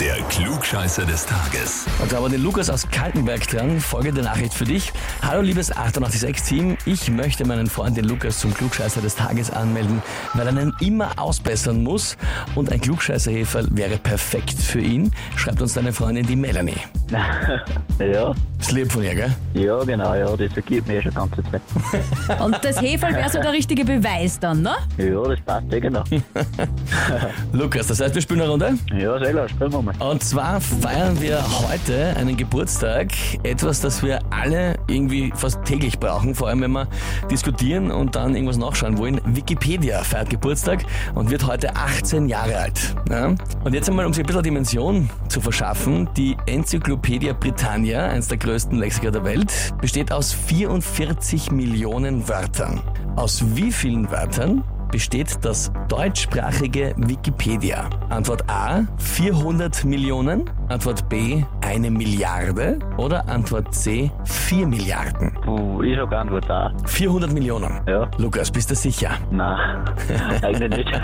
Der Klugscheißer des Tages. Und da haben wir den Lukas aus Kaltenberg dran. Folgende Nachricht für dich. Hallo liebes 886-Team, ich möchte meinen Freund den Lukas zum Klugscheißer des Tages anmelden, weil er ihn immer ausbessern muss und ein Klugscheißerheferl wäre perfekt für ihn, schreibt uns deine Freundin die Melanie. Ja, Ist lieb von ihr, gell? ja genau, ja, das ergibt mir ja schon ganze Zeit. Und das Heferl wäre so der richtige Beweis dann, ne? Ja, das passt eh genau. Lukas, das heißt, wir spielen eine Runde? Ja, selber, spielen wir mal. Und zwar feiern wir heute einen Geburtstag, etwas, das wir alle irgendwie fast täglich brauchen, vor allem wenn wir diskutieren und dann irgendwas nachschauen wollen. Wikipedia feiert Geburtstag und wird heute 18 Jahre alt. Ja? Und jetzt einmal, um sich ein bisschen Dimension zu verschaffen, die Enzyklopädie Britannia, eines der größten Lexiker der Welt, besteht aus 44 Millionen Wörtern. Aus wie vielen Wörtern besteht das deutschsprachige Wikipedia? Antwort A 400 Millionen, Antwort B eine Milliarde oder Antwort C 4 Milliarden? Puh, ich sag Antwort A. 400 Millionen. Ja, nou. Lukas, bist du sicher? nein, eigentlich nicht.